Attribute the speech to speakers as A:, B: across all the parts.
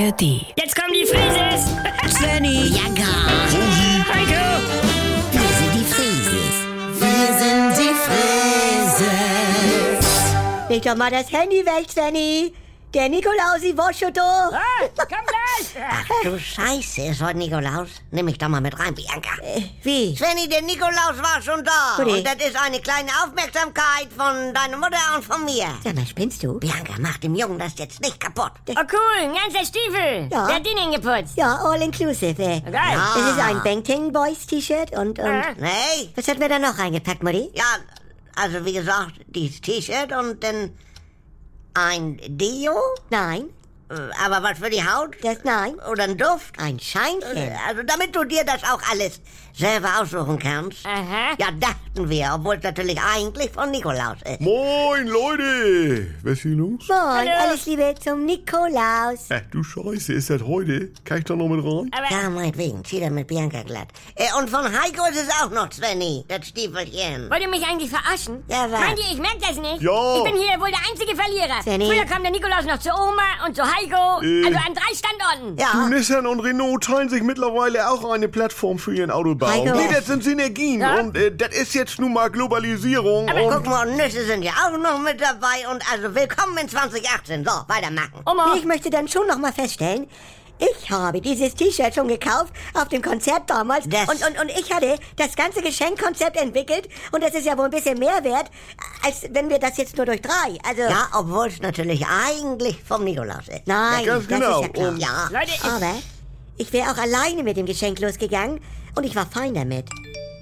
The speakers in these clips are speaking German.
A: ARD.
B: Jetzt kommen die Frises!
C: Svenny,
D: Ja, gar.
B: Heiko!
D: Wir sind die Frieses. Wir sind die Frieses.
C: leg doch mal das Handy weg, Svenny. Der Nikolausi Woschoto.
B: Ah, komm gleich!
D: Du Oh, Scheiße, ist heute Nikolaus? Nimm mich doch mal mit rein, Bianca.
C: Äh, Wie?
D: Svenny, der Nikolaus war schon da.
C: Gute.
D: Und das ist eine kleine Aufmerksamkeit von deiner Mutter und von mir.
C: Sag mal, spinnst du?
D: Bianca, mach dem Jungen das jetzt nicht kaputt.
B: Oh cool, ein ganzer Stiefel!
C: Ja.
B: Wer hat den denn geputzt?
C: Ja, all inclusive. Äh.
B: Geil!
D: Ja.
C: Es ist ein Bangtan Boys T-Shirt und, und
B: Ah.
D: Nee?
C: was hat mir da noch reingepackt, Mutti?
D: Ja, also wie gesagt, dieses T-Shirt und dann ein Deo?
C: Nein,
D: Äh, Aber was für die Haut?
C: das nein.
D: Oder ein Duft?
C: Ein Scheinchen.
D: Also damit du dir das auch alles selber aussuchen kannst.
B: Aha.
D: Ja, dachten wir, obwohl es natürlich eigentlich von Nikolaus ist.
E: Moin, Leute! Was ist hier los?
C: Moin,
B: Hallo.
C: alles Liebe zum Nikolaus.
E: Ach, du Scheiße, ist das heute? Kann ich da noch mit rein?
B: Aber
D: Ja, meinetwegen, zieh das mit Bianca glatt. Äh, und von Heiko ist es auch noch, Svenny, das Stiefelchen.
B: wollt ihr mich eigentlich verarschen?
D: Ja, was?
B: Meint ihr, ich merk das nicht?
E: Ja.
B: Ich bin hier wohl der einzige Verlierer.
C: Svenny.
B: Früher kam der Nikolaus noch zu Oma und zu Heiko.
E: Äh.
B: Also an drei Standorten.
E: Du,
D: Ja,
E: Nissan und Renault teilen sich mittlerweile auch eine Plattform für ihren Autobau.
C: Heiko.
E: Nee, das sind Synergien.
B: Ja?
E: Und äh, das ist jetzt nun mal Globalisierung.
D: guck
E: Und
D: mal, und Nüsse sind ja auch noch mit dabei. Und also willkommen in 2018. So, weitermachen.
B: Oma.
C: Ich möchte dann schon noch mal feststellen, ich habe dieses T-Shirt schon gekauft auf dem Konzert damals
D: Das-
C: und, und, und ich hatte das ganze Geschenkkonzept entwickelt und das ist ja wohl ein bisschen mehr wert, als wenn wir das jetzt nur durch drei, also...
D: Ja, obwohl es natürlich eigentlich vom Nikolaus ist.
C: Nein,
E: Ja, ganz
C: das
E: genau.
C: ist ja klar.
E: Und-
D: Oh, Ja.
B: Leute, ich,
C: Aber ich wäre auch alleine mit dem Geschenk losgegangen und ich war fein damit.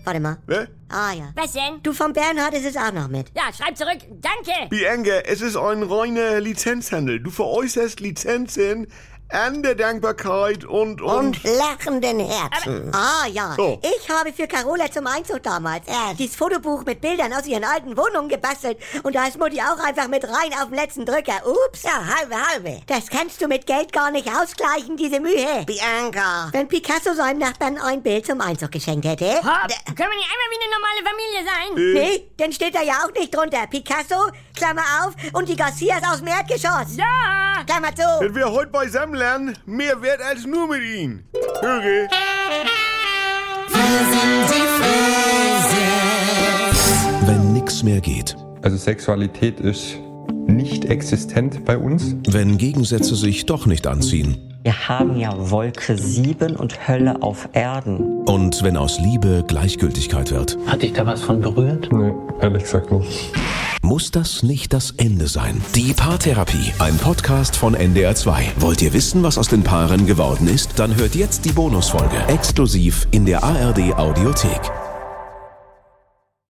C: Warte mal.
E: ne?
C: Ah ja.
B: was denn?
C: Du vom Bernhard ist es auch noch mit.
B: Ja, schreib zurück. Danke.
E: Bianca, es ist ein reiner Lizenzhandel. Du veräußerst Lizenzen an der Dankbarkeit und...
D: Und lachenden Herzen.
C: Ah ja.
E: So.
C: Ich habe für Carola zum Einzug damals äh, dieses Fotobuch mit Bildern aus ihren alten Wohnungen gebastelt und da ist Mutti auch einfach mit rein auf den letzten Drücker. Ups.
D: Ja, halbe, halbe.
C: Das kannst du mit Geld gar nicht ausgleichen, diese Mühe.
D: Bianca.
C: Wenn Picasso seinem Nachbarn ein Bild zum Einzug geschenkt hätte.
B: Hopp. Können wir nicht einmal wie eine normale Familie sein?
E: Äh,
C: Nee, dann steht da ja auch nicht drunter. Picasso, Klammer auf, und die Garcias aus dem Erdgeschoss.
B: Ja.
C: Klammer zu.
E: Wenn wir heute beisammen lernen, mehr wert als nur mit ihnen. Höre.
F: Wenn nix mehr geht.
G: Also Sexualität ist nicht existent bei uns.
F: Wenn Gegensätze sich doch nicht anziehen.
H: Wir haben ja Wolke 7 und Hölle auf Erden.
F: Und wenn aus Liebe Gleichgültigkeit wird.
I: Hat dich da was von berührt?
G: Nee, ehrlich gesagt nicht.
F: Muss das nicht das Ende sein? Die Paartherapie, ein Podcast von NDR2. Wollt ihr wissen, was aus den Paaren geworden ist? Dann hört jetzt die Bonusfolge exklusiv in der ARD Audiothek.